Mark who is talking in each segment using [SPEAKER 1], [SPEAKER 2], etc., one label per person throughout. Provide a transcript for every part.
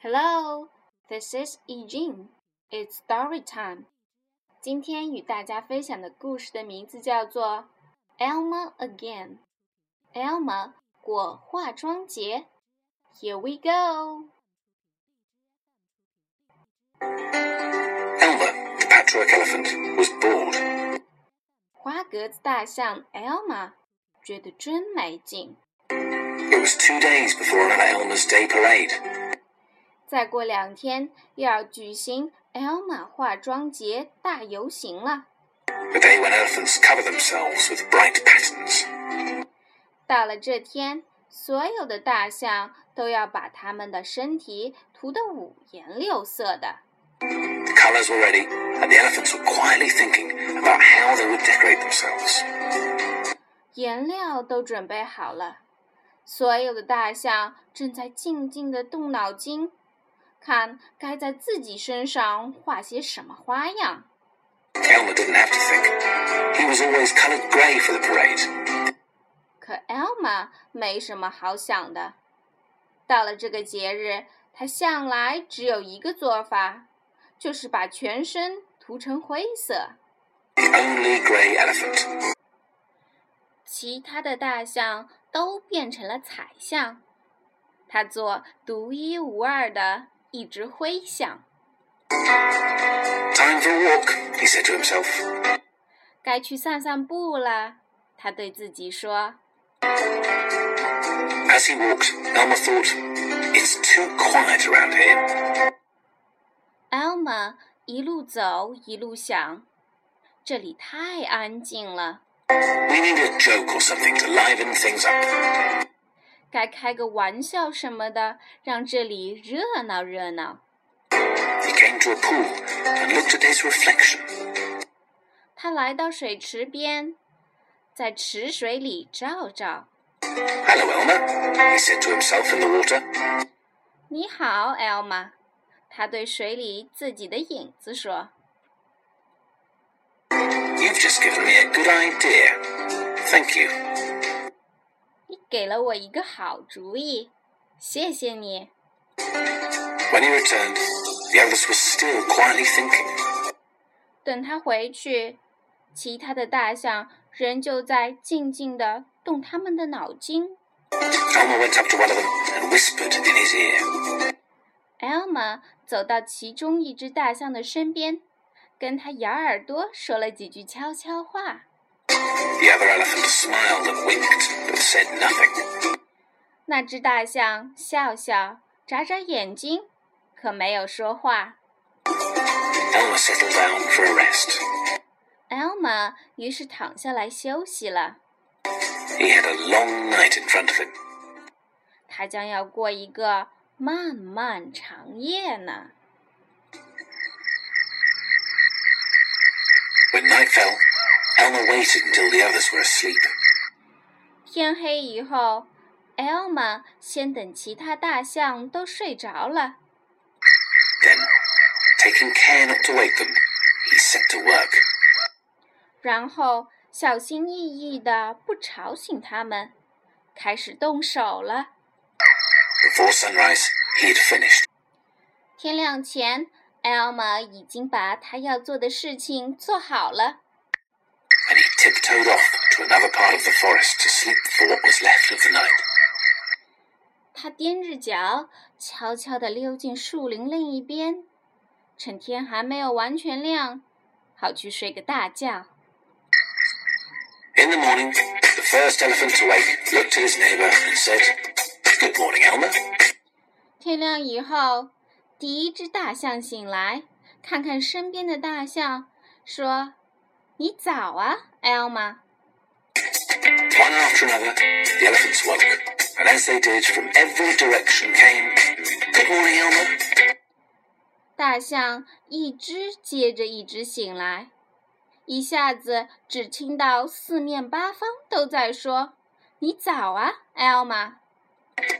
[SPEAKER 1] Hello, this is Eugene. It's story time. 今天与大家分享的故事的名字叫做《Elma Again》。Elma 过化妆节。Here we go.
[SPEAKER 2] Elmer, the patchwork elephant, was bored.
[SPEAKER 1] 花格子大象 Elma 觉得真没劲。
[SPEAKER 2] It was two days before another Elmer's Day parade.
[SPEAKER 1] 再过两天又要举行 Elma 化妆节大游行了。
[SPEAKER 2] The day when elephants cover themselves with bright patterns.
[SPEAKER 1] 到了这天，所有的大象都要把它们的身体涂得五颜六色的。
[SPEAKER 2] The colours were ready, and the elephants were quietly thinking about how they would decorate themselves.
[SPEAKER 1] 颜料都准备好了，所有的大象正在静静地动脑筋，看该在自己身上画些什么花样。
[SPEAKER 2] Elmer didn't have to think. He was always coloured grey for the parade.
[SPEAKER 1] 可 Elma 没什么好想的。到了这个节日，她向来只有一个做法，就是把全身涂成灰色。
[SPEAKER 2] The only grey elephant.
[SPEAKER 1] 其他的大象都变成了彩象，它做独一无二的一只灰象。
[SPEAKER 2] Time for a walk, he said to himself.
[SPEAKER 1] 该去散散步了，他对自己说。
[SPEAKER 2] As he walked, Elmer thought, it's too quiet around here.
[SPEAKER 1] Elma 一路走一路想，这里太安静了，
[SPEAKER 2] We need a joke or something to liven things up.
[SPEAKER 1] 该开个玩笑什么的，让这里热闹热闹。
[SPEAKER 2] He came to a pool and looked at his reflection.
[SPEAKER 1] 他来到水池边，在池水里照照。
[SPEAKER 2] Hello, Elmer, he said to himself in the water.
[SPEAKER 1] 你好，Elma，他对水里自己的影子说。
[SPEAKER 2] You've just given me a good idea. Thank you.
[SPEAKER 1] 你给了我一个好主意，谢谢你。
[SPEAKER 2] When he returned, the others were still quietly thinking.
[SPEAKER 1] 等他回去，其他的大象仍旧在静静地动他们的脑筋。
[SPEAKER 2] Elmer went up to one of them and whispered in his ear.
[SPEAKER 1] Elma 走到其中一只大象的身边，跟它咬耳朵说了几句悄悄话。
[SPEAKER 2] The other elephant smiled and winked, but said nothing.
[SPEAKER 1] 那只大象笑笑，眨眨眼睛，可没有说话。
[SPEAKER 2] Elmer settled down for a rest.
[SPEAKER 1] Elma 于是躺下来休息了。
[SPEAKER 2] He had a long night in front of him.
[SPEAKER 1] 他将要过一个漫漫长夜呢。
[SPEAKER 2] When night fell, Elmer waited until the others were asleep.
[SPEAKER 1] 天黑以后，Elma 先等其他大象都睡着了。
[SPEAKER 2] Then, taking care not to wake them, he set to work.
[SPEAKER 1] 然后小心翼翼的不吵醒它们，开始动手了。
[SPEAKER 2] Before sunrise, he had finished.
[SPEAKER 1] 天亮前，Elma 已经把她要做的事情做好了。
[SPEAKER 2] and he tiptoed off to another part of the forest to sleep for what was left of the night.
[SPEAKER 1] 她踮着脚，悄悄地溜进树林另一边，趁天还没有完全亮，好去睡个大觉。
[SPEAKER 2] In the morning, the first elephant to wake looked at his neighbour and said, Good morning, Elmer.
[SPEAKER 1] 天亮以后，第一只大象醒来，看看身边的大象，说：“你早啊，Elma。
[SPEAKER 2] One after another, the elephants woke, and as they did, from every direction came, Good morning, Elmer. ”
[SPEAKER 1] 大象一只接着一只醒来，一下子只听到四面八方都在说：“你早啊，Elma！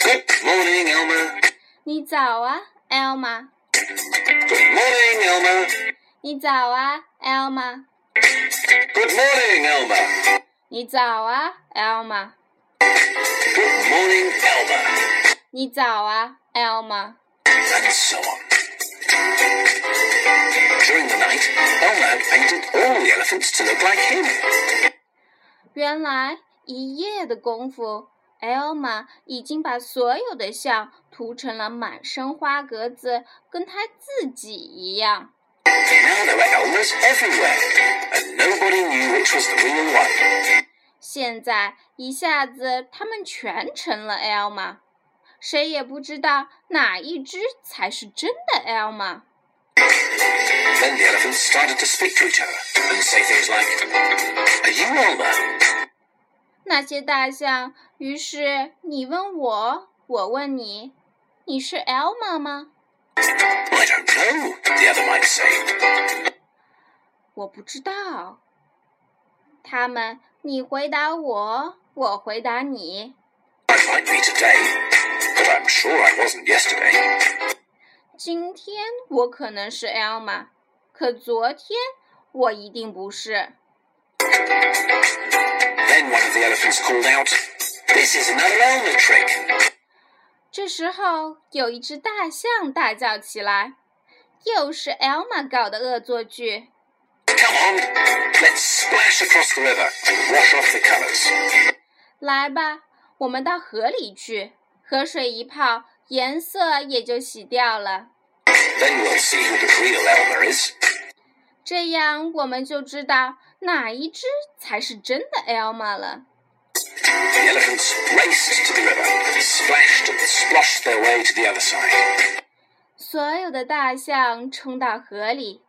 [SPEAKER 2] Good morning, Elmer.
[SPEAKER 1] 你早啊，Elma！
[SPEAKER 2] Good morning, Elmer.
[SPEAKER 1] 你早啊，Elma！
[SPEAKER 2] Good morning, Elmer.
[SPEAKER 1] 你早啊，Elma！
[SPEAKER 2] Good morning, Elmer.
[SPEAKER 1] 你早啊，Elma！
[SPEAKER 2] and so on. During the night, Elmer had painted all the elephants to look like him.
[SPEAKER 1] 原来一夜的功夫，Elma 已经把所有的象涂成了满身花格子，跟他自己一样。
[SPEAKER 2] Now there were Elmers everywhere, and nobody knew which was the real one.
[SPEAKER 1] 现在一下子他们全成了 Elma，谁也不知道哪一只才是真的 Elma。
[SPEAKER 2] Then the elephants started to speak to each other and say things like, Are you Elmer?
[SPEAKER 1] 那些大象，于是你问我，我问你，你是 Elma 吗？
[SPEAKER 2] I don't know, the other might say.
[SPEAKER 1] 我不知道。他们，你回答我，我回答你。
[SPEAKER 2] I might be today, but I'm sure I wasn't yesterday.
[SPEAKER 1] 今天我可能是 Elma，可昨天我一定不是。
[SPEAKER 2] Then one of the elephants called out, This is another Elmer trick.
[SPEAKER 1] 这时候，有一只大象大叫起来：“又是 Elma 搞的恶作剧
[SPEAKER 2] Come on, let's splash across the river and wash off the colours. ！”
[SPEAKER 1] 来吧，我们到河里去，河水一泡，颜色也就洗掉了。
[SPEAKER 2] Then we'll see who the real Elmer is.
[SPEAKER 1] 这样我们就知道哪一只才是真的 Elma 了。
[SPEAKER 2] The elephants raced to the river, splashed and sploshed their way to the other side.
[SPEAKER 1] 所有的大象冲到河里，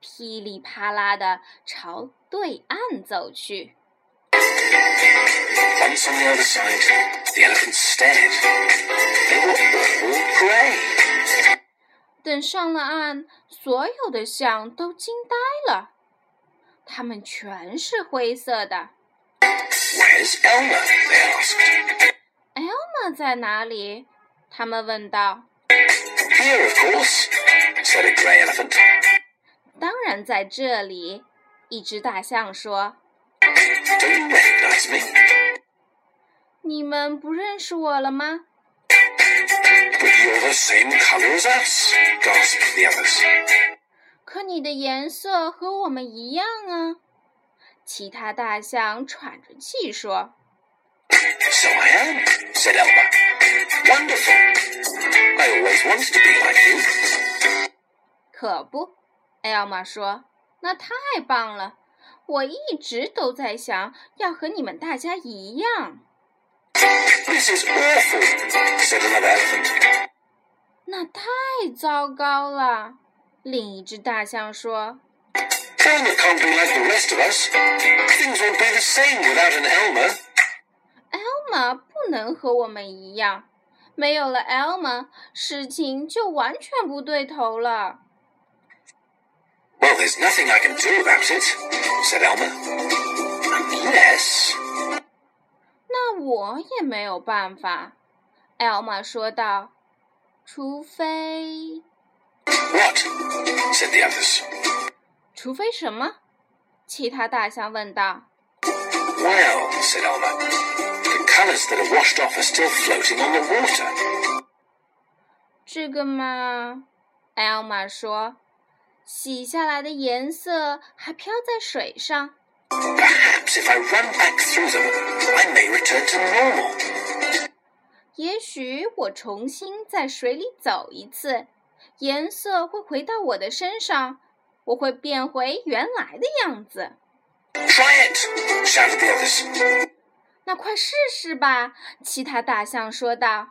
[SPEAKER 1] 噼里啪啦地朝对岸走去。
[SPEAKER 2] Once on the other side, the elephants stared. They were all grey.
[SPEAKER 1] 等上了岸，所有的象都惊呆了，它们全是灰色的。
[SPEAKER 2] Where's Elmer? They asked.
[SPEAKER 1] Elma 在哪里？他们问道。
[SPEAKER 2] Here, of course, said a grey elephant.
[SPEAKER 1] 当然在这里，一只大象说
[SPEAKER 2] Do you recognise me?：“
[SPEAKER 1] 你们不认识我了吗？
[SPEAKER 2] But you're the same colour as us, gasped the others.
[SPEAKER 1] 可你的颜色和我们一样啊！”其他大象喘着气说。
[SPEAKER 2] So I am, said Elmer. Wonderful. I always wanted to be like you.
[SPEAKER 1] 可不，艾尔玛说：“那太棒了！我一直都在想要和你们大家一样。
[SPEAKER 2] This is awful, said another elephant. ”
[SPEAKER 1] 那太糟糕了，另一只大象说
[SPEAKER 2] Elmer can't be like the rest of us. Things won't be the same without an Elmer.：“
[SPEAKER 1] 艾尔玛不能和我们一样，没有了艾尔玛，事情就完全不对头了。
[SPEAKER 2] Well, there's nothing I can do about it, said Elmer. Unless.
[SPEAKER 1] 那我也没有办法。”艾尔玛说道：“除非，
[SPEAKER 2] What? said the others.
[SPEAKER 1] 除非什么？”其他大象问道。
[SPEAKER 2] Well, said Elmer, the colours that are washed off are still floating on the water.
[SPEAKER 1] 这个嘛，艾尔玛说，洗下来的颜色还飘在水上。
[SPEAKER 2] Perhaps if I run back through them, I may return to normal.
[SPEAKER 1] 也许我重新在水里走一次，颜色会回到我的身上，我会变回原来的样子。
[SPEAKER 2] Try it, shouted the others.
[SPEAKER 1] 那快试试吧，其他大象说道。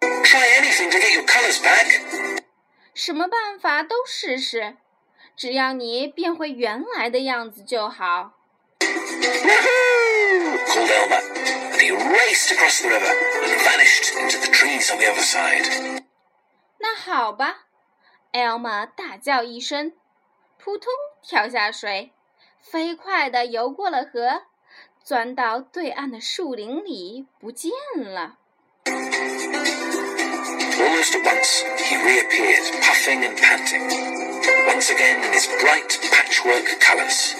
[SPEAKER 2] Try anything to get your colours back.
[SPEAKER 1] 什么办法都试试，只要你变回原来的样子就好。
[SPEAKER 2] Woohoo! called Elmer, and he raced across the river and vanished into the trees on the other side.
[SPEAKER 1] 那好吧，艾尔玛大叫一声，扑通跳下水，飞快地游过了河，钻到对岸的树林里不见了。
[SPEAKER 2] Almost at once, he reappeared, puffing and panting. Once again in his bright patchwork colours.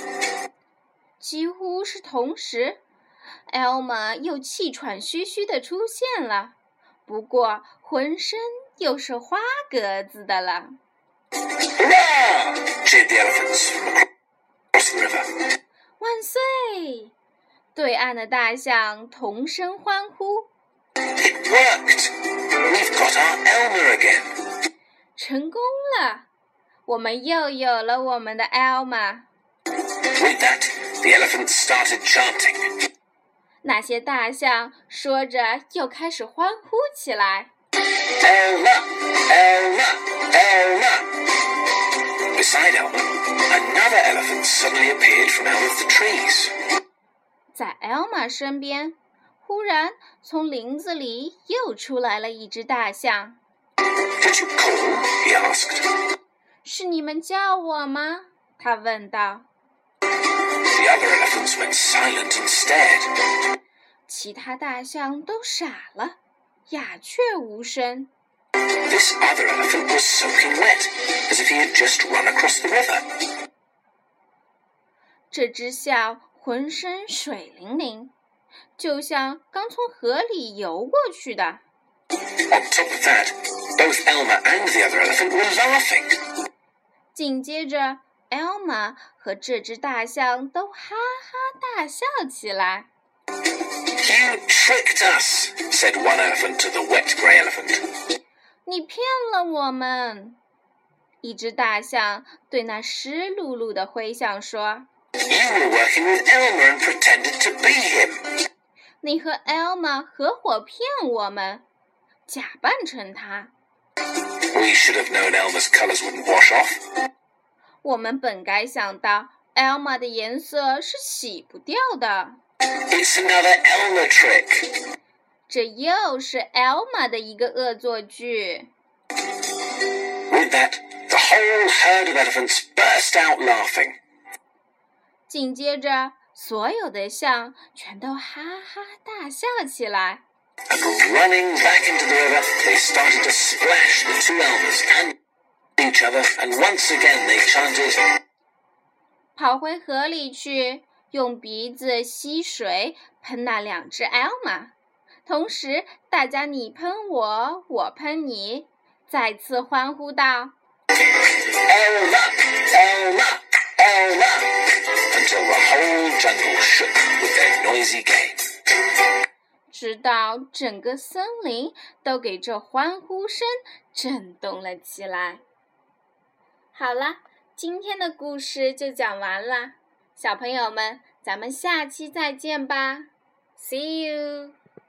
[SPEAKER 1] 几乎是同时，艾尔玛又气喘吁吁地出现了，不过浑身又是花格子的了。
[SPEAKER 2] Hurrah! cheered the elephants from across the river.
[SPEAKER 1] 万岁！对岸的大象同声欢呼，
[SPEAKER 2] It worked! We've got our Elmer again.
[SPEAKER 1] 成功了！我们又有了我们的 Elma。
[SPEAKER 2] With that, the elephants started chanting.
[SPEAKER 1] 那些大象说着又开始欢呼起来。
[SPEAKER 2] Elmer! Elmer! Elmer! Beside Elmer, another elephant suddenly appeared from out of the trees.
[SPEAKER 1] 在 Elma 身边，忽然从林子里又出来了一只大象。
[SPEAKER 2] Did you call? he asked.
[SPEAKER 1] 是你们叫我吗？他问道。
[SPEAKER 2] The other elephants went silent and stared.
[SPEAKER 1] 其他大象都傻了，鸦雀无声。
[SPEAKER 2] This other elephant was soaking wet, as if he had just run across the river.
[SPEAKER 1] 这只象浑身水淋淋，就像刚从河里游过去的。
[SPEAKER 2] On top of that, both Elmer and the other elephant were laughing.
[SPEAKER 1] 紧接着，Elma 和这只大象都哈哈大笑起来。
[SPEAKER 2] You tricked us, said one elephant to the wet grey elephant.
[SPEAKER 1] 你骗了我们！一只大象对那湿漉漉的灰象说
[SPEAKER 2] You were working with Elmer and pretended to be him.：“
[SPEAKER 1] 你和 Elma 合伙骗我们，假扮成他。
[SPEAKER 2] We should have known Elmer's colours wouldn't wash off.
[SPEAKER 1] 我们本该想到 Elma 的颜色是洗不掉的。
[SPEAKER 2] It's another Elmer trick.
[SPEAKER 1] 这又是 Elma 的一个恶作剧。
[SPEAKER 2] With that, the whole herd of elephants burst out laughing.
[SPEAKER 1] 紧接着，所有的象全都哈哈大笑起来。
[SPEAKER 2] And running back into the river, they started to splash the two Elmers and each other, and once again they chanted,
[SPEAKER 1] 跑回河里去，用鼻子吸水喷那两只 Elma，同时大家你喷我，我喷你，再次欢呼道。
[SPEAKER 2] Elmer, Elmer, Elmer, until the whole jungle shook with their noisy game.
[SPEAKER 1] 直到整个森林都给这欢呼声震动了起来。好了，今天的故事就讲完啦，小朋友们，咱们下期再见吧，See you。